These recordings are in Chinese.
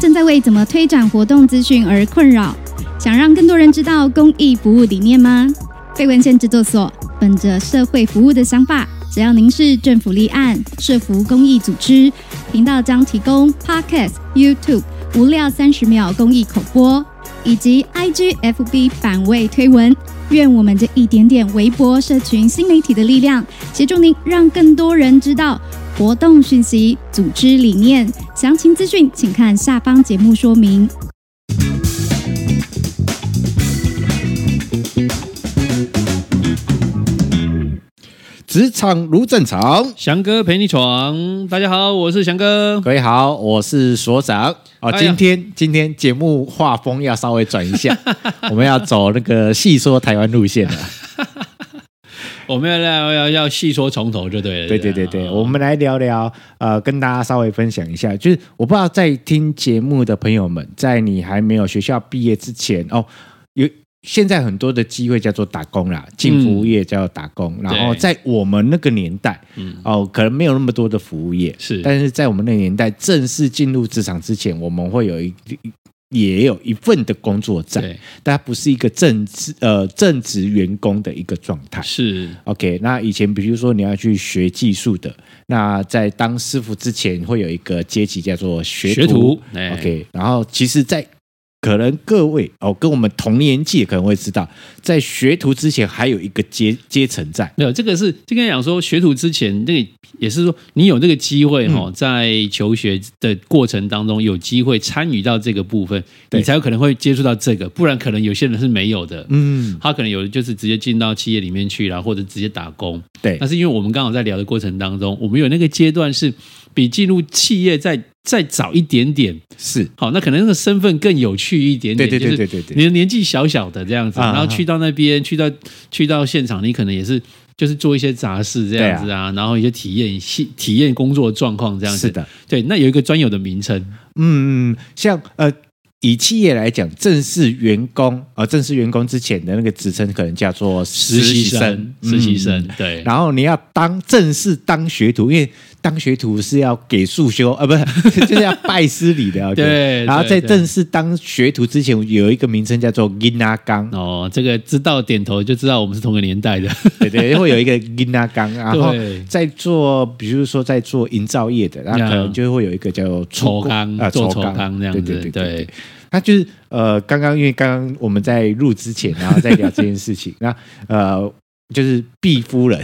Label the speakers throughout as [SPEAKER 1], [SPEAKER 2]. [SPEAKER 1] 正在为怎么推展活动资讯而困扰，想让更多人知道公益服务理念吗？被文献制作所本着社会服务的想法，只要您是政府立案、社服公益组织，频道将提供 Podcast、YouTube 无料三十秒公益口播，以及 IGFB 版位推文。愿我们这一点点微博社群新媒体的力量，协助您让更多人知道活动讯息、组织理念。详情资讯，请看下方节目说明。
[SPEAKER 2] 职场如正常。
[SPEAKER 3] 翔哥陪你闯，大家好，我是翔哥。
[SPEAKER 2] 各位好，我是所长。哦，
[SPEAKER 3] 哎呀
[SPEAKER 2] 今天、今天节目画风要稍微转一 下，我们要走那个细说台湾路线了。
[SPEAKER 3] 哎我们要要要要细说从头就对了。
[SPEAKER 2] 对对对
[SPEAKER 3] 这
[SPEAKER 2] 对，
[SPEAKER 3] 样啊
[SPEAKER 2] 我们来聊聊，呃，跟大家稍微分享一下，就是我不知道在听节目的朋友们，在你还没有学校毕业之前哦，有现在很多的机会叫做打工啦，进服务业叫做打工，然后
[SPEAKER 3] 嗯对嗯
[SPEAKER 2] 在我们那个年代，哦，可能没有那么多的服务业，
[SPEAKER 3] 是
[SPEAKER 2] 但是在我们那个年代正式进入职场之前，我们会有一。也有一份的工作在，
[SPEAKER 3] 对
[SPEAKER 2] 但它不是一个正职呃正职员工的一个状态。
[SPEAKER 3] 是
[SPEAKER 2] OK，那以前比如说你要去学技术的，那在当师傅之前会有一个阶级叫做学徒。
[SPEAKER 3] 学徒哎
[SPEAKER 2] OK，然后其实，在可能各位哦，跟我们同年纪可能会知道，在学徒之前还有一个阶阶层在。
[SPEAKER 3] 没有这个是就跟你讲说学徒之前那个也是说你有这个机会
[SPEAKER 2] 嗯
[SPEAKER 3] 哈、哦，在求学的过程当中有机会参与到这个部分，
[SPEAKER 2] 对
[SPEAKER 3] 你才有可能会接触到这个，不然可能有些人是没有的。
[SPEAKER 2] 嗯，
[SPEAKER 3] 他可能有的就是直接进到企业里面去啦，或者直接打工。
[SPEAKER 2] 对
[SPEAKER 3] 那，是因为我们刚好在聊的过程当中，我们有那个阶段是比进入企业再再早一点点，
[SPEAKER 2] 是，
[SPEAKER 3] 好，那可能那个身份更有趣一点点，
[SPEAKER 2] 对对对对
[SPEAKER 3] 就是
[SPEAKER 2] 对对
[SPEAKER 3] 你的年纪小小的这样子，
[SPEAKER 2] 啊
[SPEAKER 3] 然后去到那边，去到去到现场，你可能也是就是做一些杂事这样子啊，然后一些体验系体验工作状况这样子，
[SPEAKER 2] 是的，
[SPEAKER 3] 对，那有一个专有的名称，
[SPEAKER 2] 嗯，像呃。以企业来讲，正式员工呃，正式员工之前的那个职称可能叫做
[SPEAKER 3] 实习
[SPEAKER 2] 生
[SPEAKER 3] 生，，实习
[SPEAKER 2] 嗯
[SPEAKER 3] 生，对，
[SPEAKER 2] 然后你要当正式当学徒，因为当学徒是要给束修啊，呃不是 就是要拜师礼的。OK
[SPEAKER 3] 对
[SPEAKER 2] 然后在
[SPEAKER 3] 对对
[SPEAKER 2] 正式当学徒之前，有一个名称叫做金阿刚，
[SPEAKER 3] 哦，这个知道点头就知道我们是同个年代的，
[SPEAKER 2] 对对，会有一个金阿刚。然后
[SPEAKER 3] 对
[SPEAKER 2] 在做，比如说在做营造业的，然后可能就会有一个叫做
[SPEAKER 3] 丑
[SPEAKER 2] 工
[SPEAKER 3] 缸
[SPEAKER 2] 啊，
[SPEAKER 3] 做
[SPEAKER 2] 丑
[SPEAKER 3] 丑缸这样
[SPEAKER 2] 对
[SPEAKER 3] 子
[SPEAKER 2] 对对对
[SPEAKER 3] 对
[SPEAKER 2] 对。他就是呃，刚刚因为刚刚我们在录之前，然后在聊这件事情， 那呃。就是毕夫人，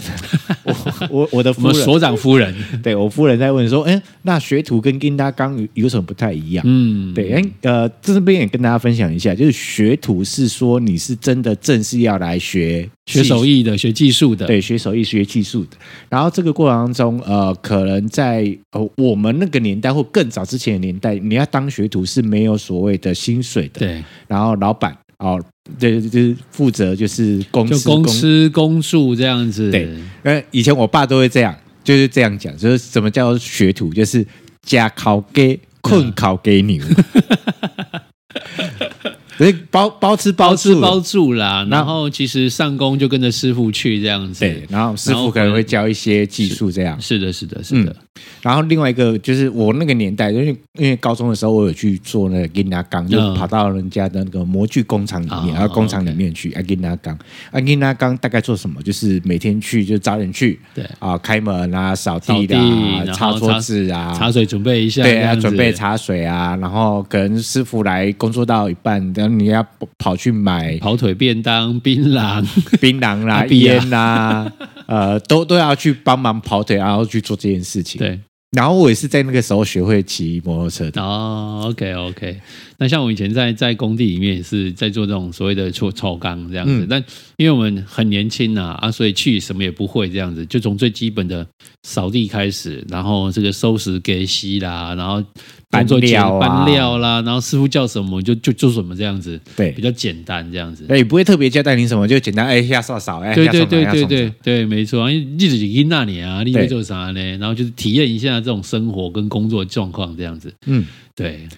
[SPEAKER 2] 我我我的
[SPEAKER 3] 我
[SPEAKER 2] 夫
[SPEAKER 3] 们
[SPEAKER 2] 人，
[SPEAKER 3] 所长夫人，
[SPEAKER 2] 对我夫人在问说，哎，那学徒跟跟他刚有有什么不太一样？
[SPEAKER 3] 嗯，
[SPEAKER 2] 对，哎，呃，这边也跟大家分享一下，就是学徒是说你是真的正式要来学
[SPEAKER 3] 学手
[SPEAKER 2] 艺，
[SPEAKER 3] 艺的，学技术的，
[SPEAKER 2] 对，学手艺、学技术的。然后这个过程当中，呃，可能在呃我们那个年代或更早之前的年代，你要当学徒是没有所谓的薪水的，
[SPEAKER 3] 对，
[SPEAKER 2] 然后老板哦，对，就是负责就是公
[SPEAKER 3] 就
[SPEAKER 2] 司
[SPEAKER 3] 公吃公住这样子，
[SPEAKER 2] 对呃，以前我爸都会这样，就是这样讲，就是什么叫学徒，就是假考给困考给 牛，所以包包吃包
[SPEAKER 3] 包吃
[SPEAKER 2] 住
[SPEAKER 3] 包
[SPEAKER 2] 了。
[SPEAKER 3] 住啦，
[SPEAKER 2] 那
[SPEAKER 3] 然后其实上工就跟着师傅去这样子。
[SPEAKER 2] 对，，然后师
[SPEAKER 3] 然
[SPEAKER 2] 傅
[SPEAKER 3] 后
[SPEAKER 2] 可能会教一些技术这样。
[SPEAKER 3] 是的，是的，是的，
[SPEAKER 2] 然后另外一个就是我那个年代，因为因为高中的时候我有去做那个金拉
[SPEAKER 3] 嗯
[SPEAKER 2] 钢，就跑到人家的那个模具工厂里面，
[SPEAKER 3] 哦
[SPEAKER 2] 然后工厂里面去啊金拉钢，啊金拉钢大概做什么？就是每天去就早点去，
[SPEAKER 3] 对
[SPEAKER 2] 啊开门啊扫
[SPEAKER 3] 扫
[SPEAKER 2] 地
[SPEAKER 3] 地
[SPEAKER 2] 啦，
[SPEAKER 3] 然
[SPEAKER 2] 擦
[SPEAKER 3] 后
[SPEAKER 2] 桌子啊，
[SPEAKER 3] 茶水准备一下，
[SPEAKER 2] 对，
[SPEAKER 3] 这
[SPEAKER 2] 要
[SPEAKER 3] 样子
[SPEAKER 2] 准备。茶水啊，然后可能师傅来工作到一半，然后你要跑去买
[SPEAKER 3] 跑腿便当、槟榔，
[SPEAKER 2] 槟榔啦、
[SPEAKER 3] 阿比 啊
[SPEAKER 2] 烟啦，呃，都都要去帮忙跑腿，然后去做这件事情。
[SPEAKER 3] 对，
[SPEAKER 2] 然后我也是在那个时候学会骑摩托车的。
[SPEAKER 3] 哦，OK，OK、o k OK，那像我以前在在工地里面也是在做这种所谓的抽抽钢这样子，
[SPEAKER 2] 嗯
[SPEAKER 3] 但因为我们很年轻呐、啊，所以去什么也不会这样子，就从最基本的扫地开始，然后这个收拾给息啦，然后
[SPEAKER 2] 搬
[SPEAKER 3] 工作简
[SPEAKER 2] 料啊
[SPEAKER 3] 搬料啦，然后师傅叫什么就就做什么这样子，
[SPEAKER 2] 对
[SPEAKER 3] 比较简单这样子。
[SPEAKER 2] 那也不会特别交代你什么，就简单哎下扫扫哎，
[SPEAKER 3] 对
[SPEAKER 2] 下扫
[SPEAKER 3] 对
[SPEAKER 2] 扫
[SPEAKER 3] 对
[SPEAKER 2] 下
[SPEAKER 3] 对
[SPEAKER 2] 扫
[SPEAKER 3] 对
[SPEAKER 2] 扫
[SPEAKER 3] 对，没错，因为日子已经那里啊，你
[SPEAKER 2] 对
[SPEAKER 3] 会做啥呢？然后就是体验一下这种生活跟工作状况这样子。
[SPEAKER 2] 嗯，
[SPEAKER 3] 对，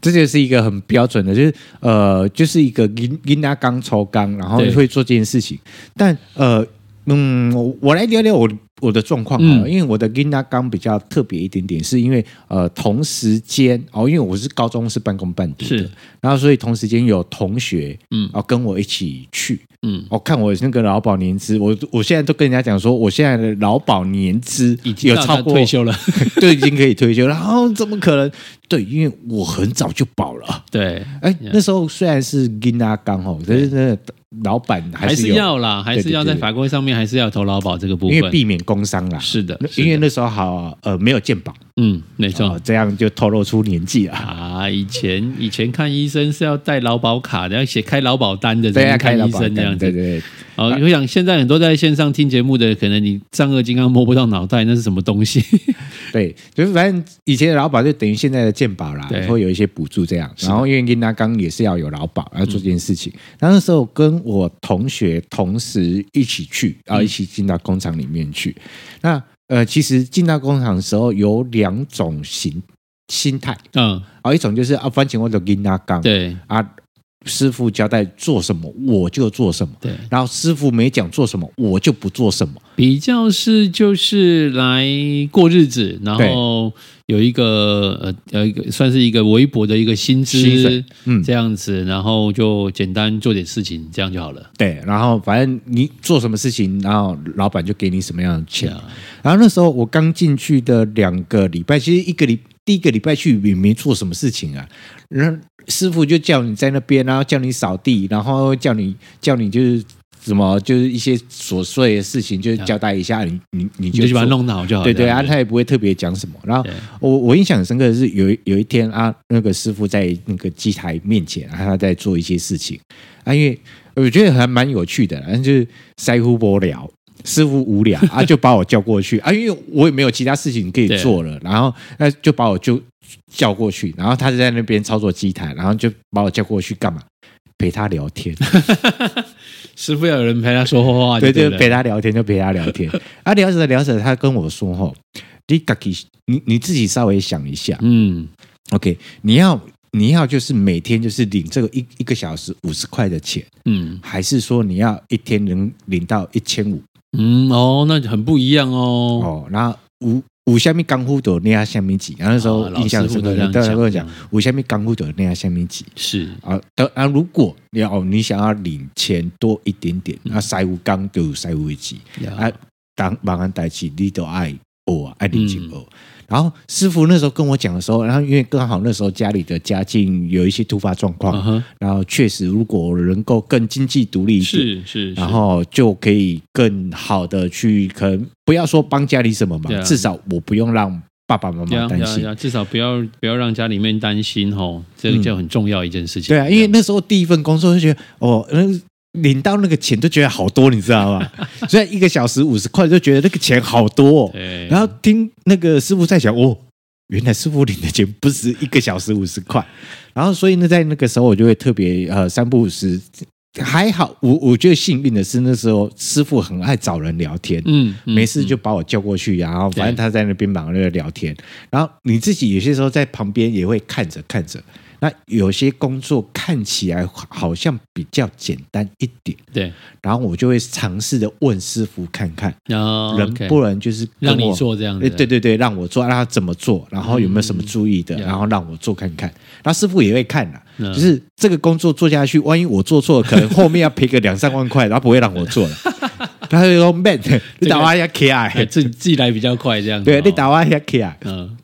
[SPEAKER 2] 这就是一个很标准的，就是呃，就是一个银银拉钢抽钢，然后
[SPEAKER 3] 对
[SPEAKER 2] 会做这件事情。但呃，嗯，我我来聊聊我我的状况啊，
[SPEAKER 3] 嗯
[SPEAKER 2] 因为我的 Gina 刚比较特别一点点，是因为呃同时间哦，因为我是高中是半工半读的
[SPEAKER 3] 是，
[SPEAKER 2] 然后所以同时间有同学
[SPEAKER 3] 嗯
[SPEAKER 2] 哦跟我一起去，
[SPEAKER 3] 嗯，
[SPEAKER 2] 哦看我那个劳保年资，我我现在都跟人家讲说，我现在的劳保年资
[SPEAKER 3] 已经
[SPEAKER 2] 有
[SPEAKER 3] 到
[SPEAKER 2] 超
[SPEAKER 3] 他
[SPEAKER 2] 过
[SPEAKER 3] 退，休了，
[SPEAKER 2] 对，已经可以退休了，然后怎么可能？对，因为我很早就保了，
[SPEAKER 3] 对，
[SPEAKER 2] 哎，
[SPEAKER 3] Yeah
[SPEAKER 2] 那时候虽然是 Gina 刚哦，但是那个老板还
[SPEAKER 3] 还
[SPEAKER 2] 是
[SPEAKER 3] 是
[SPEAKER 2] 有，
[SPEAKER 3] 要啦，还是要
[SPEAKER 2] 对对
[SPEAKER 3] 在
[SPEAKER 2] 对
[SPEAKER 3] 法规上面还是要投劳保这个部
[SPEAKER 2] 因为
[SPEAKER 3] 分。
[SPEAKER 2] 避免工伤啦。
[SPEAKER 3] 是的
[SPEAKER 2] 那，
[SPEAKER 3] 是
[SPEAKER 2] 因为
[SPEAKER 3] 的
[SPEAKER 2] 那时候好呃没有健保，
[SPEAKER 3] 嗯，没
[SPEAKER 2] 哦
[SPEAKER 3] 错。
[SPEAKER 2] 这样就透露出年纪了。
[SPEAKER 3] 啊，以前以前看医生是要带劳保卡的，要写开劳保单的，
[SPEAKER 2] 对
[SPEAKER 3] 才
[SPEAKER 2] 啊，
[SPEAKER 3] 能
[SPEAKER 2] 开
[SPEAKER 3] 看
[SPEAKER 2] 了
[SPEAKER 3] 医
[SPEAKER 2] 保单
[SPEAKER 3] 生这样
[SPEAKER 2] 对啊
[SPEAKER 3] 子。
[SPEAKER 2] 对对，
[SPEAKER 3] 哦，我想现在很多在线上听节目的，可能你丈二金刚摸不到脑袋，那是什么东西？
[SPEAKER 2] 对，就是反正以前的劳保就等于现在的健保啦
[SPEAKER 3] 对，
[SPEAKER 2] 会有一些补助这样。
[SPEAKER 3] 的
[SPEAKER 2] 然后因为跟他刚也是要有劳保，要做这件事情。
[SPEAKER 3] 嗯
[SPEAKER 2] 然后那时候跟我同学同时一起去，然
[SPEAKER 3] 嗯
[SPEAKER 2] 后一起进到工厂里面去。那呃，其实进到工厂的时候有两种心心态，
[SPEAKER 3] 嗯，
[SPEAKER 2] 啊，一种就是啊，反正我就跟他刚
[SPEAKER 3] 对
[SPEAKER 2] 啊，师傅交代做什么我就做什么。
[SPEAKER 3] 对，
[SPEAKER 2] 然后师傅没讲做什么，我就不做什么。
[SPEAKER 3] 比较是就是来过日子，然后有一个呃呃一个算是一个微薄的一个薪
[SPEAKER 2] 薪
[SPEAKER 3] 资
[SPEAKER 2] 水，嗯
[SPEAKER 3] 这样子，然后就简单做点事情，这样就好了。
[SPEAKER 2] 对，然后反正你做什么事情，然后老板就给你什么样的
[SPEAKER 3] 这
[SPEAKER 2] 钱。
[SPEAKER 3] 样
[SPEAKER 2] 然后那时候我刚进去的两个礼拜，其实一个礼第一个礼拜去也没做什么事情啊。然后师傅就叫你在那边，然后叫你扫地，然后叫你叫你就是什么就是一些琐碎的事情，就是交代一下，你你你
[SPEAKER 3] 你就去把它
[SPEAKER 2] 做
[SPEAKER 3] 弄好就好了。
[SPEAKER 2] 对对啊，
[SPEAKER 3] 这样
[SPEAKER 2] 他也不会特别讲什么。然后
[SPEAKER 3] 对
[SPEAKER 2] 我我印象很深刻的是有一有一天啊，那个师傅在那个机台面前，啊、他在做一些事情啊，因为我觉得还蛮有趣的啦，但就是塞乎无聊，师傅无聊啊，就把我叫过去啊，因为我也没有其他事情可以做了，然后那就把我就叫过去，然后他就在那边操作机台，然后就把我叫过去干嘛？陪他聊天，
[SPEAKER 3] 师傅要有人陪他说话啊就
[SPEAKER 2] 对
[SPEAKER 3] 对
[SPEAKER 2] 对，
[SPEAKER 3] 了，
[SPEAKER 2] 陪他聊天就陪他聊 天，啊，聊着聊着，他跟我说吼，你自己你你自己稍微想一下，
[SPEAKER 3] 嗯，
[SPEAKER 2] OK，你要你要就是每天就是领这个一一个小时五十块的钱，
[SPEAKER 3] 嗯
[SPEAKER 2] 还是说你要一天能领到一千五？
[SPEAKER 3] 嗯，哦，那很不一样哦。
[SPEAKER 2] 哦，然后五五下面刚呼的那下下面几，然后那时候
[SPEAKER 3] 啊老
[SPEAKER 2] 印象
[SPEAKER 3] 师
[SPEAKER 2] 深
[SPEAKER 3] 傅
[SPEAKER 2] 刻，
[SPEAKER 3] 都这样
[SPEAKER 2] 对，
[SPEAKER 3] 讲
[SPEAKER 2] 跟我讲五下面刚呼的那下下面几。
[SPEAKER 3] 是，
[SPEAKER 2] 啊，当然，如果你哦，你想要领钱多一点点，
[SPEAKER 3] 嗯
[SPEAKER 2] 那塞五刚就有塞五级，啊，当忙安代起，你都爱我爱你金
[SPEAKER 3] 嗯
[SPEAKER 2] 哦。然后师傅那时候跟我讲的时候，然后因为刚好那时候家里的家境有一些突发状况，
[SPEAKER 3] 嗯哼，
[SPEAKER 2] 然后确实如果能够更经济独立一点，
[SPEAKER 3] 是是，
[SPEAKER 2] 然后就可以更好的去，可能不要说帮家里什么忙，
[SPEAKER 3] 对啊
[SPEAKER 2] 至少我不用让爸爸妈
[SPEAKER 3] 呀
[SPEAKER 2] 妈担
[SPEAKER 3] 呀
[SPEAKER 2] 心。
[SPEAKER 3] 呀，至少不要不要让家里面担心吼，这个
[SPEAKER 2] 嗯
[SPEAKER 3] 就很重要一件事情。
[SPEAKER 2] 对啊，因为那时候第一份工作就觉得，哦，那领到那个钱就觉得好多，你知道 吗？所以一个小时五十块就觉得那个钱好多、哦。
[SPEAKER 3] 对，
[SPEAKER 2] 然后听那个师傅在讲，哦，原来师傅领的钱不是一个小时五十块， 然后所以呢，在那个时候我就会特别呃三不五时，还好我我觉得幸运的是那时候师傅很爱找人聊天。
[SPEAKER 3] 嗯，嗯
[SPEAKER 2] 没事就把我叫过去，啊然后反正他在那边忙着聊天，然后你自己有些时候在旁边也会看着看着。那有些工作看起来好像比较简单一点，
[SPEAKER 3] 对，
[SPEAKER 2] 然后我就会尝试的问师傅看看，
[SPEAKER 3] 然后
[SPEAKER 2] 能
[SPEAKER 3] 哦 OK，
[SPEAKER 2] 不能就是跟
[SPEAKER 3] 让你
[SPEAKER 2] 我
[SPEAKER 3] 做这样
[SPEAKER 2] 哎，
[SPEAKER 3] 子，
[SPEAKER 2] 对对对，让我做，啊让他怎么做，然后有没有什么注意的，
[SPEAKER 3] 嗯
[SPEAKER 2] 然后让我做看看。然后师傅也会看啦，
[SPEAKER 3] 嗯
[SPEAKER 2] 就是这个工作做下去，万一我做错了，可能后面要赔个两三万块，然后不会让我做 了。他就说：“man，你打我一下起
[SPEAKER 3] 哎，
[SPEAKER 2] 来，
[SPEAKER 3] 自己自己来比较快，这样子
[SPEAKER 2] 啊对
[SPEAKER 3] 哦
[SPEAKER 2] 你打我一下起来。
[SPEAKER 3] 嗯，”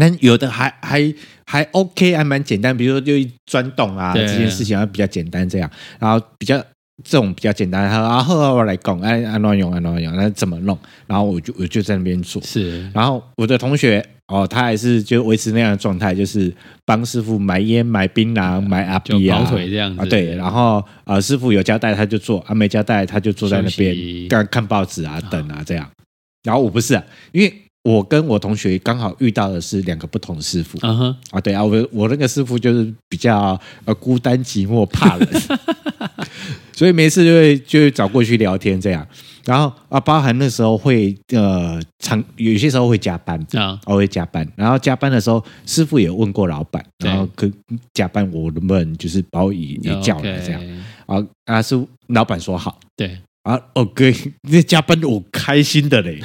[SPEAKER 2] 但啊有的还还还 OK，还蛮简单，比如说就一钻洞啊
[SPEAKER 3] 对
[SPEAKER 2] 这件事情，然后比较简单这样，然后比较这种比较简单，然后啊我来讲，哎，安怎用安怎用，那怎么弄，然后我就我就在那边做。
[SPEAKER 3] 是
[SPEAKER 2] 然后我的同学哦，他还是就维持那样的状态，就是帮师傅买烟、买槟榔、买阿
[SPEAKER 3] 就
[SPEAKER 2] 比啊，
[SPEAKER 3] 跑腿这样子
[SPEAKER 2] 啊，对。然后呃，师傅有交代他就做，啊没交代他就坐在那
[SPEAKER 3] 休
[SPEAKER 2] 边
[SPEAKER 3] 息
[SPEAKER 2] 看看报纸啊、等啊这样。然后我不是、啊，因为我跟我同学刚好遇到的是两个不同的师傅
[SPEAKER 3] 嗯哼，
[SPEAKER 2] 啊，对啊，我我那个师傅就是比较呃孤单寂寞怕冷，所以没事就会就会找过去聊天这样。然后啊，包含那时候会呃常有些时候会加班，
[SPEAKER 3] 啊，
[SPEAKER 2] 我会加班。然后加班的时候，师傅也问过老板，
[SPEAKER 3] 对哦
[SPEAKER 2] 然后跟加班我能不能就是把我也也叫来这样
[SPEAKER 3] OK，
[SPEAKER 2] 啊啊是老板说好
[SPEAKER 3] 对，
[SPEAKER 2] 啊，哦哥， 那加班我开心的 嘞，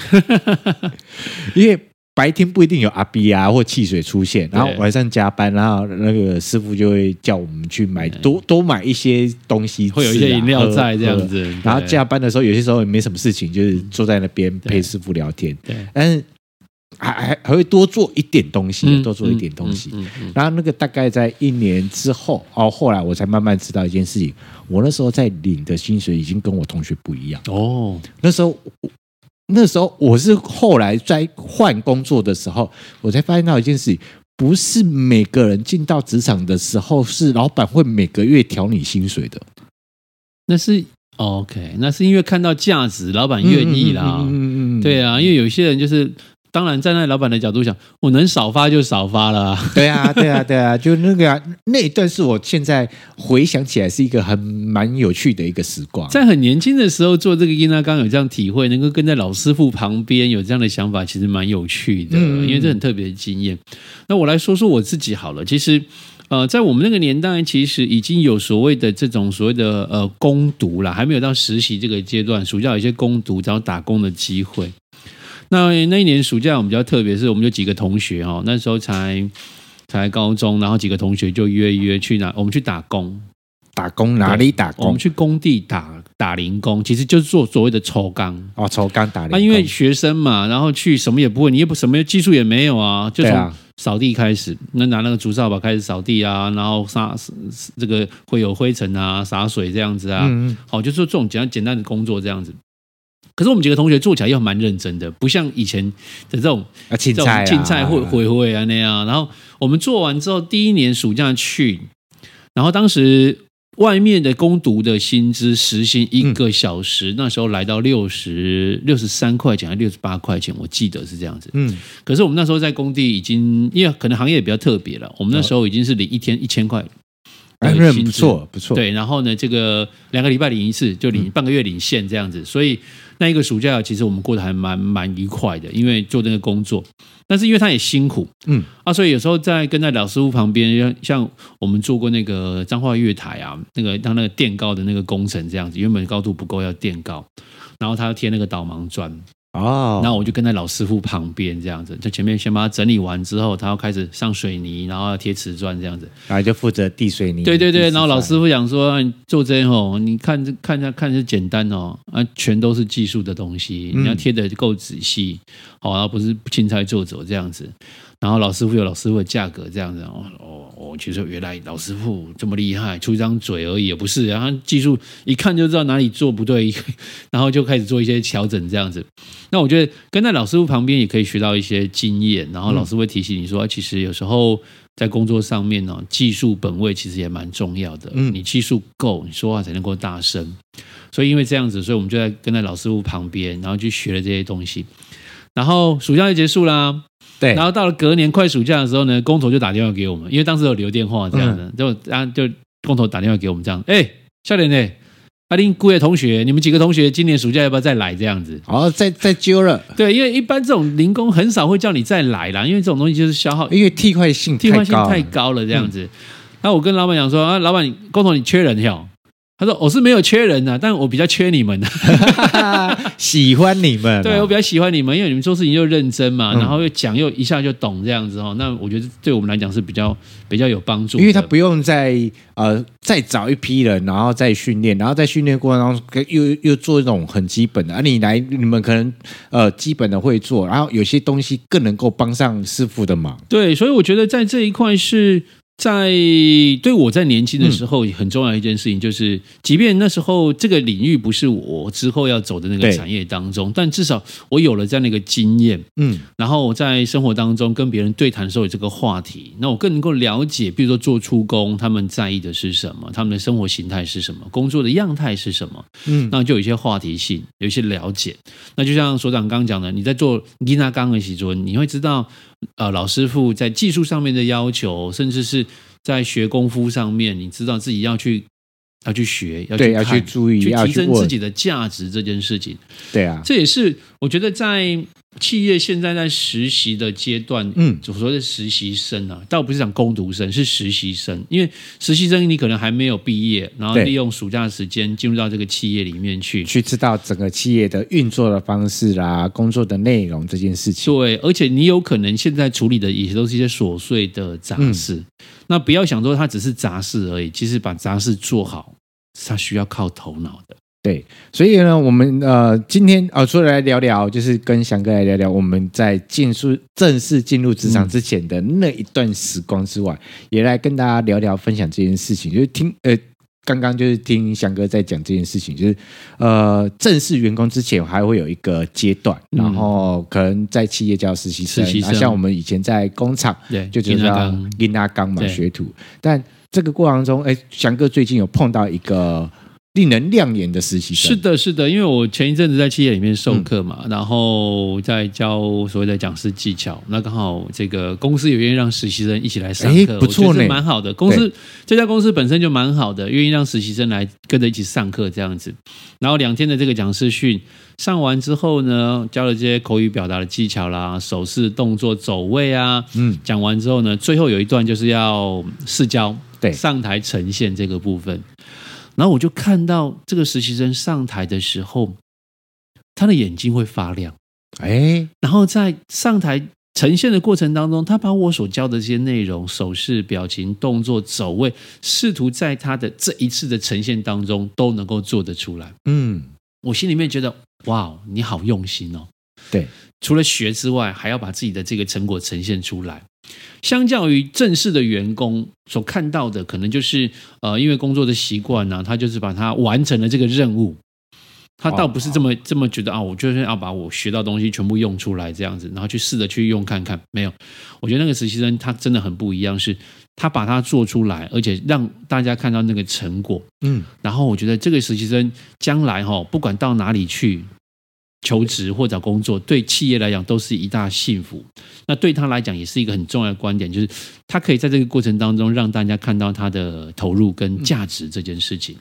[SPEAKER 2] 因为白天不一定有阿 B 啊或汽水出现，然后
[SPEAKER 3] 对
[SPEAKER 2] 晚上加班，然后那个师傅就会叫我们去买多多买一些东西吃啊、
[SPEAKER 3] 会有一些饮料在这样
[SPEAKER 2] 喝。喝
[SPEAKER 3] 子，嗯
[SPEAKER 2] 然后
[SPEAKER 3] 对
[SPEAKER 2] 加班的时候，有些时候也没什么事情，就是坐在那边陪师傅聊天，
[SPEAKER 3] 对，
[SPEAKER 2] 但是还还还会多做一点东西，多做一点东西。
[SPEAKER 3] 嗯嗯嗯
[SPEAKER 2] 然后那个大概在一年之后，哦，后来我才慢慢知道一件事情，我那时候在领的薪水已经跟我同学不一样。
[SPEAKER 3] 哦，
[SPEAKER 2] 那时候我，那时候我是后来在换工作的时候，我才发现到一件事情，不是每个人进到职场的时候，是老板会每个月调你薪水的，
[SPEAKER 3] 那是 OK，那是因为看到价值，老板愿意啦。
[SPEAKER 2] 嗯
[SPEAKER 3] 对啊，因为有些人就是，当然站在老板的角度想，我能少发就少发了。
[SPEAKER 2] 对啊， 对啊，对啊，就那个、啊、那一段是我现在回想起来是一个很蛮有趣的一个时光。
[SPEAKER 3] 在很年轻的时候做这个伊娜刚有这样体会，能够跟在老师傅旁边有这样的想法，其实蛮有趣的，
[SPEAKER 2] 嗯
[SPEAKER 3] 因为这很特别的经验。那我来说说我自己好了，其实。呃，在我们那个年代，其实已经有所谓的这种所谓的呃攻读啦，还没有到实习这个阶段。暑假有一些攻读，找打工的机会。那那一年暑假，我们比较特别是，我们有几个同学哦，那时候才才高中，然后几个同学就约一约去哪，我们去打工，
[SPEAKER 2] 打工哪里打
[SPEAKER 3] 我们
[SPEAKER 2] 工？
[SPEAKER 3] 去工地打打零工，其实就是做所谓的抽钢。
[SPEAKER 2] 哦，抽干打零
[SPEAKER 3] 啊，
[SPEAKER 2] 工。
[SPEAKER 3] 因为学生嘛，然后去什么也不会，你也不什么技术也没有啊，就
[SPEAKER 2] 对
[SPEAKER 3] 从
[SPEAKER 2] 啊，
[SPEAKER 3] 扫地开始，那拿那个竹扫把开始扫地啊，然后撒这个会有灰尘啊，洒水这样子啊，
[SPEAKER 2] 嗯，嗯
[SPEAKER 3] 好，就做这种简单简单的工作这样子。可是我们几个同学做起来又蛮认真的，不像以前的这种
[SPEAKER 2] 啊，青
[SPEAKER 3] 这
[SPEAKER 2] 菜啊，
[SPEAKER 3] 种竞赛会会会啊那样。然后我们做完之后，第一年暑假去，然后当时外面的攻读的薪资时薪一个小时，
[SPEAKER 2] 嗯
[SPEAKER 3] 那时候来到六十六十三块钱，还六十八块钱，我记得是这样子。
[SPEAKER 2] 嗯，
[SPEAKER 3] 可是我们那时候在工地已经，因为可能行业也比较特别了，我
[SPEAKER 2] 哦
[SPEAKER 3] 们那时候已经是领一天一千块。
[SPEAKER 2] 哎，那不错，不错。
[SPEAKER 3] 对，然后呢，这个两个礼拜领一次，就领、半个月领现这样子，所以那一个暑假其实我们过得还蛮蛮愉快的，因为做那个工作，但是因为他也辛苦，
[SPEAKER 2] 嗯
[SPEAKER 3] 啊，所以有时候在跟在老师傅旁边，像像我们做过那个彰化月台啊，那个当那个垫高的那个工程这样子，原本高度不够要垫高，然后他要贴那个导盲砖，
[SPEAKER 2] 哦，
[SPEAKER 3] 然后我就跟在老师傅旁边这样子，就前面先把它整理完之后，他要开始上水泥，然后要贴瓷砖这样子。
[SPEAKER 2] 然后就负责递水泥。
[SPEAKER 3] 对对
[SPEAKER 2] 递
[SPEAKER 3] 对，
[SPEAKER 2] 石
[SPEAKER 3] 然后老师
[SPEAKER 2] 块
[SPEAKER 3] 傅讲说，啊你做这吼，你看这看下看是简单哦，啊，全都是技术的东西，
[SPEAKER 2] 嗯
[SPEAKER 3] 你要贴的够仔细，好、然后不是钦差做走这样子。然后老师傅有老师傅的价格这样子，哦哦哦，其实原来老师傅这么厉害，出一张嘴而已，也不是，然后技术一看就知道哪里做不对，然后就开始做一些调整这样子。那我觉得跟在老师傅旁边也可以学到一些经验，然后老师会提醒你说，啊其实有时候在工作上面呢、技术本位其实也蛮重要的。
[SPEAKER 2] 嗯
[SPEAKER 3] 你技术够，你说话才能够大声。所以因为这样子，所以我们就在跟在老师傅旁边，然后去学了这些东西。然后暑假就结束啦，
[SPEAKER 2] 对，
[SPEAKER 3] 然后到了隔年快暑假的时候呢，工头就打电话给我们，因为当时有留电话这样
[SPEAKER 2] 嗯
[SPEAKER 3] 的，就啊就工头打电话给我们这样，哎、笑脸呢？阿林姑爷同学，你们几个同学今年暑假要不要再来这样子？
[SPEAKER 2] 哦，再再揪了，
[SPEAKER 3] 对，因为一般这种零工很少会叫你再来啦，因为这种东西就是消耗，
[SPEAKER 2] 因为替换性
[SPEAKER 3] 替换性
[SPEAKER 2] 高了嗯
[SPEAKER 3] 太高了这样子。那、我跟老板讲说啊，老板，工头你缺人哟。他说我是没有缺人呐、啊，但我比较缺你们、啊。
[SPEAKER 2] 喜欢你们啊，
[SPEAKER 3] 对我比较喜欢你们，因为你们做事情又认真嘛，
[SPEAKER 2] 嗯
[SPEAKER 3] 然后又讲又一下就懂这样子哦。那我觉得对我们来讲是比较比较有帮助的，
[SPEAKER 2] 因为他不用再呃再找一批人，然后再训练，然后在训练过程当中又又做一种很基本的，啊，你来你们可能呃基本的会做，然后有些东西更能够帮上师傅的忙。
[SPEAKER 3] 对，所以我觉得在这一块是在对我在年
[SPEAKER 2] 嗯
[SPEAKER 3] 轻的时候很重要的一件事情，就是、即便那时候这个领域不是我之后要走的那个
[SPEAKER 2] 对
[SPEAKER 3] 产业当中，但至少我有了这样的一个经验，
[SPEAKER 2] 嗯，
[SPEAKER 3] 然后我在生活当中跟别人对谈的时候有这个话题，那我更能够了解，比如说做出工他们在意的是什么，他们的生活形态是什么，工作的样态是什么，
[SPEAKER 2] 嗯，
[SPEAKER 3] 那就有一些话题性，有一些了解。那就像所长刚刚讲的，你在做伊娜刚的习作，你会知道，呃，老师傅在技术上面的要求，甚至是在学功夫上面，你知道自己要去要去学，要去
[SPEAKER 2] 对，要
[SPEAKER 3] 看
[SPEAKER 2] 去注意，
[SPEAKER 3] 去
[SPEAKER 2] 要
[SPEAKER 3] 提
[SPEAKER 2] 去
[SPEAKER 3] 升自
[SPEAKER 2] 问，
[SPEAKER 3] 己的价值这件事情。
[SPEAKER 2] 对啊，
[SPEAKER 3] 这也是我觉得在企业现在在实习的阶段，
[SPEAKER 2] 嗯
[SPEAKER 3] 所说的实习生啊，倒不是讲工读生，是实习生，因为实习生你可能还没有毕业，然后
[SPEAKER 2] 对
[SPEAKER 3] 利用暑假的时间进入到这个企业里面去。
[SPEAKER 2] 去知道整个企业的运作的方式啦，工作的内容这件事情。
[SPEAKER 3] 对，而且你有可能现在处理的也都是一些琐碎的杂
[SPEAKER 2] 嗯
[SPEAKER 3] 事，那不要想说它只是杂事而已，其实把杂事做好，它需要靠头脑的。
[SPEAKER 2] 所以呢，我们呃今天呃，除了来聊聊，就是跟翔哥来聊聊我们在进入正式进入职场之前的那一段时光之外，也来跟大家聊聊分享这件事情，就是听呃。刚刚就是听翔哥在讲这件事情，就是呃，正式员工之前还会有一个阶段，
[SPEAKER 3] 嗯
[SPEAKER 2] 然后可能在企业叫实习生，
[SPEAKER 3] 实习生
[SPEAKER 2] 啊像我们以前在工厂
[SPEAKER 3] 对，
[SPEAKER 2] 就知
[SPEAKER 3] 听他
[SPEAKER 2] 道
[SPEAKER 3] 刚
[SPEAKER 2] 英拉刚嘛
[SPEAKER 3] 对
[SPEAKER 2] 学徒，但这个过程中，哎，翔哥最近有碰到一个令人亮眼的实习嗯生，
[SPEAKER 3] 是的，是的，因为我前一阵子在企业里面授课嘛，然后在教所谓的讲师技巧，那刚好这个公司有愿意让实习生一起来上
[SPEAKER 2] 哎
[SPEAKER 3] 课，
[SPEAKER 2] 不错
[SPEAKER 3] 我觉
[SPEAKER 2] 呢
[SPEAKER 3] 得是蛮好的。公司这家公司本身就蛮好的，愿意让实习生来跟着一起上课这样子。然后两天的这个讲师训上完之后呢，教了这些口语表达的技巧啦、手势、动作、走位啊，
[SPEAKER 2] 嗯，
[SPEAKER 3] 讲完之后呢，最后有一段就是要试教，
[SPEAKER 2] 对
[SPEAKER 3] 上台呈现这个部分。然后我就看到这个实习生上台的时候，他的眼睛会发亮。
[SPEAKER 2] 哎，
[SPEAKER 3] 然后在上台呈现的过程当中，他把我所教的这些内容、手势、表情、动作、走位，试图在他的这一次的呈现当中都能够做得出来。
[SPEAKER 2] 嗯，
[SPEAKER 3] 我心里面觉得，哇，你好用心哦。
[SPEAKER 2] 对，
[SPEAKER 3] 除了学之外，还要把自己的这个成果呈现出来。相较于正式的员工所看到的，可能就是呃，因为工作的习惯呢、他就是把它完成了这个任务。他倒不是这么这么觉得啊，我就是要把我学到的东西全部用出来这样子，然后去试着去用看看。没有，我觉得那个实习生他真的很不一样，是他把它做出来，而且让大家看到那个成果。
[SPEAKER 2] 嗯，
[SPEAKER 3] 然后我觉得这个实习生将来哈、不管到哪里去求职或找工作，对企业来讲都是一大幸福。那对他来讲也是一个很重要的观点，就是他可以在这个过程当中让大家看到他的投入跟价值这件事情。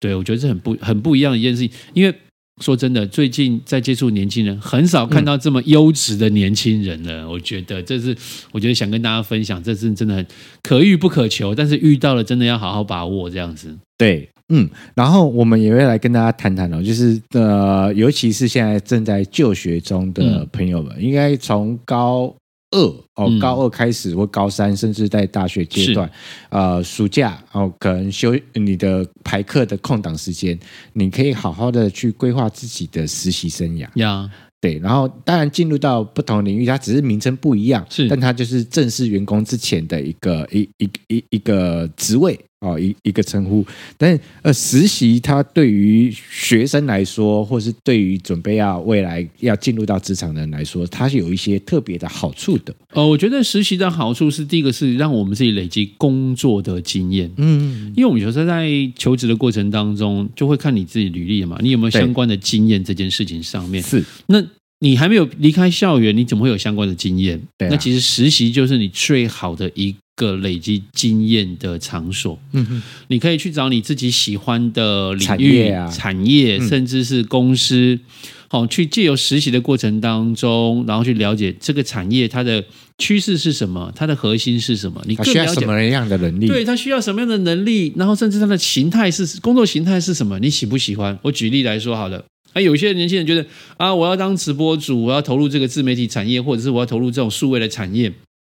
[SPEAKER 3] 对我觉得这很不很不一样的一件事情，因为。说真的，最近在接触年轻人，很少看到这么优质的年轻人了。我觉得这是，我觉得想跟大家分享，这是真的很可遇不可求，但是遇到了真的要好好把握这样子。
[SPEAKER 2] 对，嗯，然后我们也会来跟大家谈谈哦，就是呃，尤其是现在正在就学中的朋友们，应该从高。二哦
[SPEAKER 3] 嗯，
[SPEAKER 2] 高二开始或高三，甚至在大学阶段，呃，暑假哦，可能休你的排课的空档时间，你可以好好的去规划自己的实习生涯。
[SPEAKER 3] 呀
[SPEAKER 2] 对，然后当然进入到不同领域，它只是名称不一样，
[SPEAKER 3] 是
[SPEAKER 2] 但它就是正式员工之前的一个一一一一个职位哦，一一个称呼。但呃，实习它对于学生来说，或是对于准备要未来要进入到职场的人来说，它是有一些特别的好处的。
[SPEAKER 3] 呃，我觉得实习的好处是，第一个是让我们自己累积工作的经验，
[SPEAKER 2] 嗯，
[SPEAKER 3] 因为我们有时候在求职的过程当中，就会看你自己履历嘛，你有没有
[SPEAKER 2] 对
[SPEAKER 3] 相关的经验这件事情上面。
[SPEAKER 2] 是
[SPEAKER 3] 那你还没有离开校园，你怎么会有相关的经验？
[SPEAKER 2] 对啊
[SPEAKER 3] 那其实实习就是你最好的一个累积经验的场所。
[SPEAKER 2] 嗯哼
[SPEAKER 3] 你可以去找你自己喜欢的领
[SPEAKER 2] 产
[SPEAKER 3] 域、
[SPEAKER 2] 业啊
[SPEAKER 3] 产业
[SPEAKER 2] 嗯
[SPEAKER 3] 甚至是公司，好、去借由实习的过程当中，然后去了解这个产业它的趋势是什么，它的核心是什么，你
[SPEAKER 2] 它
[SPEAKER 3] 更
[SPEAKER 2] 需要
[SPEAKER 3] 了
[SPEAKER 2] 什
[SPEAKER 3] 解。
[SPEAKER 2] 么样的能力？
[SPEAKER 3] 对它需要什么样的能力，然后甚至它的形态是工作形态是什么，你喜不喜欢？我举例来说好了，啊，有些年轻人觉得啊，我要当直播主，我要投入这个自媒体产业，或者是我要投入这种数位的产业，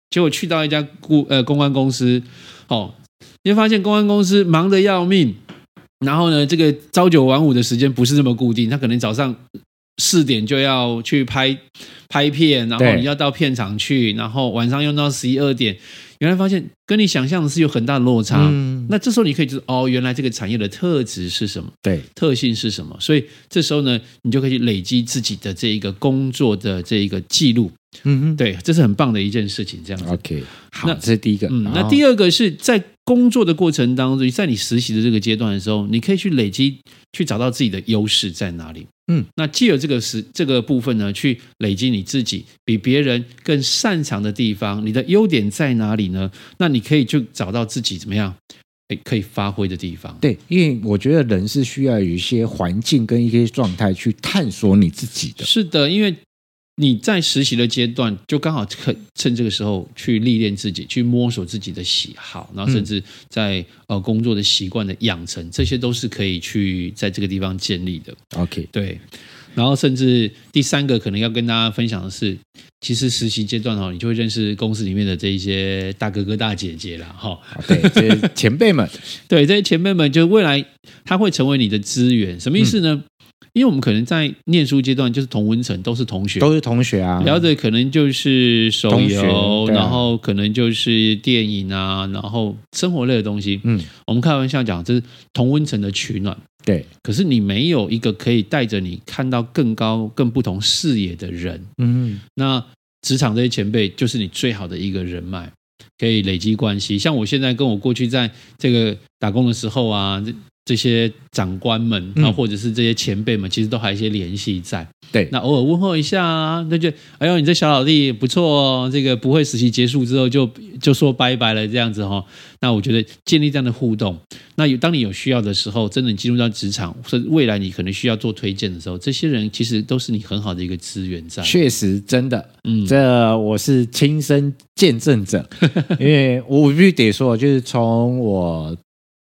[SPEAKER 3] 结果去到一家顾呃公关公司，哦，你会发现公关公司忙得要命，然后呢，这个朝九晚五的时间不是这么固定，他可能早上四点就要去拍拍片，然后
[SPEAKER 2] 对
[SPEAKER 3] 你要到片场去，然后晚上用到十一二点，原来发现跟你想象的是有很大的落差。
[SPEAKER 2] 嗯，
[SPEAKER 3] 那这时候你可以就是哦，原来这个产业的特质是什么？
[SPEAKER 2] 对，
[SPEAKER 3] 特性是什么。所以这时候呢，你就可以累积自己的这一个工作的这一个记录，
[SPEAKER 2] 嗯
[SPEAKER 3] 对，这是很棒的一件事情。这样
[SPEAKER 2] 哼
[SPEAKER 3] 子，
[SPEAKER 2] ，OK，好，
[SPEAKER 3] 那
[SPEAKER 2] 这是第一个。哦
[SPEAKER 3] 嗯，那
[SPEAKER 2] 二，
[SPEAKER 3] 第二个是在工作的过程当中，在你实习的这个阶段的时候，你可以去累积，去找到自己的优势在哪里。
[SPEAKER 2] 嗯，
[SPEAKER 3] 那既有这个时这个部分呢，去累积你自己比别人更擅长的地方，你的优点在哪里呢？那你可以去找到自己怎么样，哎，可以发挥的地方。
[SPEAKER 2] 对，因为我觉得人是需要有一些环境跟一些状态去探索你自己的。
[SPEAKER 3] 是的，因为你在实习的阶段，就刚好趁趁这个时候去历练自己，去摸索自己的喜好，然后甚至在、呃工作的习惯的养成，这些都是可以去在这个地方建立的。
[SPEAKER 2] OK，
[SPEAKER 3] 对，然后甚至第三个可能要跟大家分享的是，其实实习阶段哦，你就会认识公司里面的这一些大哥哥大姐姐啦，哈、
[SPEAKER 2] 好对，这是前辈们，
[SPEAKER 3] 对，这些前辈们就未来他会成为你的资源，什么意思呢？因为我们可能在念书阶段就是同温层，都是同学，
[SPEAKER 2] 都是同学啊，
[SPEAKER 3] 聊的可能就是手
[SPEAKER 2] 同学
[SPEAKER 3] 游，
[SPEAKER 2] 对啊
[SPEAKER 3] 然后可能就是电影啊，然后生活类的东西。
[SPEAKER 2] 嗯，
[SPEAKER 3] 我们开玩笑讲，这是同温层的取暖。
[SPEAKER 2] 对，
[SPEAKER 3] 可是你没有一个可以带着你看到更高、更不同视野的人，
[SPEAKER 2] 嗯，
[SPEAKER 3] 那职场这些前辈就是你最好的一个人脉，可以累积关系。像我现在跟我过去在这个打工的时候啊，这这些长官们，
[SPEAKER 2] 嗯
[SPEAKER 3] 那或者是这些前辈们，其实都还有一些联系在。
[SPEAKER 2] 对
[SPEAKER 3] 那偶尔问候一下啊，那就哎呦，你这小老弟不错哦，这个不会实习结束之后就就说拜拜了这样子哦。那我觉得建立这样的互动，那有当你有需要的时候，真的你进入到职场，甚至未来你可能需要做推荐的时候，这些人其实都是你很好的一个资源在。
[SPEAKER 2] 确实真的，
[SPEAKER 3] 嗯，
[SPEAKER 2] 这我是亲身见证者，因为我必须得说，就是从我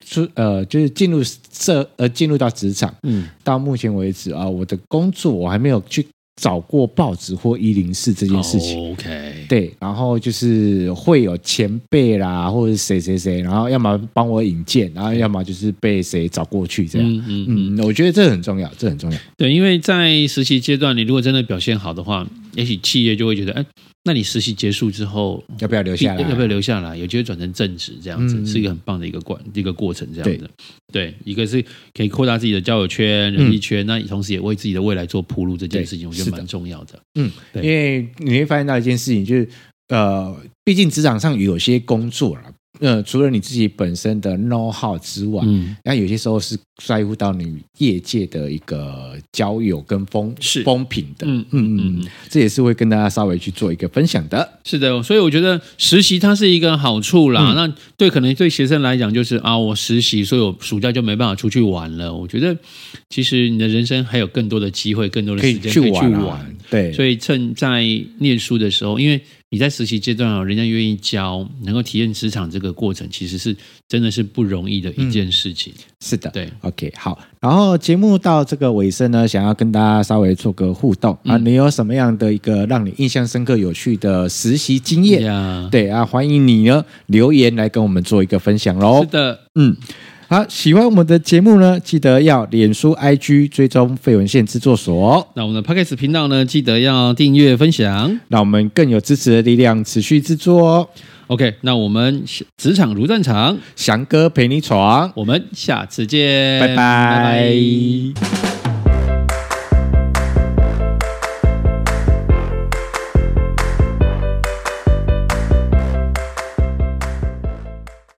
[SPEAKER 2] 出呃，就是进入社呃进入到职场
[SPEAKER 3] 嗯
[SPEAKER 2] 到目前为止啊，我的工作我还没有去找过报纸或一零四这件事
[SPEAKER 3] 哦
[SPEAKER 2] 情。
[SPEAKER 3] OK，
[SPEAKER 2] 对，然后就是会有前辈啦，或者谁谁谁，然后要么帮我引荐，然后要么就是被谁找过去这样。
[SPEAKER 3] 嗯嗯嗯，
[SPEAKER 2] 嗯，我觉得这很重要，这很重要。
[SPEAKER 3] 对，因为在实习阶段，你如果真的表现好的话，也许企业就会觉得，哎，那你实习结束之后。
[SPEAKER 2] 要不要留下来？
[SPEAKER 3] 要不要留下来？有机会转成正职，这样子、
[SPEAKER 2] 嗯
[SPEAKER 3] 是一个很棒的一个过一个过程，这样子。对，一个是可以扩大自己的交友圈、人际圈，那同时也为自己的未来做铺路，这件事
[SPEAKER 2] 嗯
[SPEAKER 3] 情
[SPEAKER 2] 对
[SPEAKER 3] 我觉
[SPEAKER 2] 是
[SPEAKER 3] 得
[SPEAKER 2] 的
[SPEAKER 3] 蛮重要的。
[SPEAKER 2] 嗯，
[SPEAKER 3] 对
[SPEAKER 2] 因为你会发现到一件事情，就是呃，毕竟职场上有些工作啦，呃，除了你自己本身的 know how 之外，
[SPEAKER 3] 嗯，
[SPEAKER 2] 那有些时候是在乎到你业界的一个交友跟风
[SPEAKER 3] 是
[SPEAKER 2] 风评的。
[SPEAKER 3] 嗯
[SPEAKER 2] 嗯
[SPEAKER 3] 嗯
[SPEAKER 2] 嗯嗯，这也是会跟大家稍微去做一个分享的。
[SPEAKER 3] 是的，哦所以我觉得实习它是一个好处啦。
[SPEAKER 2] 嗯
[SPEAKER 3] 那对可能对学生来讲，就是啊，我实习，所以我暑假就没办法出去玩了。我觉得其实你的人生还有更多的机会，更多的
[SPEAKER 2] 可以
[SPEAKER 3] 时间可以去
[SPEAKER 2] 玩啊，
[SPEAKER 3] 玩。
[SPEAKER 2] 对，
[SPEAKER 3] 所以趁在念书的时候，因为你在实习阶段啊，人家愿意教，能够体验职场这个过程，其实是真的是不容易的
[SPEAKER 2] 嗯
[SPEAKER 3] 一件事情。
[SPEAKER 2] 是的，
[SPEAKER 3] 对
[SPEAKER 2] ，OK，好。然后节目到这个尾声呢，想要跟大家稍微做个互动、啊，
[SPEAKER 3] 嗯
[SPEAKER 2] 你有什么样的一个让你印象深刻、有趣的实习经验？
[SPEAKER 3] 呀，
[SPEAKER 2] 对啊，欢迎你呢留言来跟我们做一个分享喽
[SPEAKER 3] 是。的，
[SPEAKER 2] 嗯，好，喜欢我们的节目呢，记得要脸书、IG 追踪费文献制作所哦，
[SPEAKER 3] 那我们的 Podcast 频道呢，记得要订阅分享。
[SPEAKER 2] 让我们更有支持的力量，持续制作哦。
[SPEAKER 3] OK，那我们职场如战场，
[SPEAKER 2] 翔哥陪你闯，
[SPEAKER 3] 我们下次见，
[SPEAKER 2] 拜拜。
[SPEAKER 3] 拜拜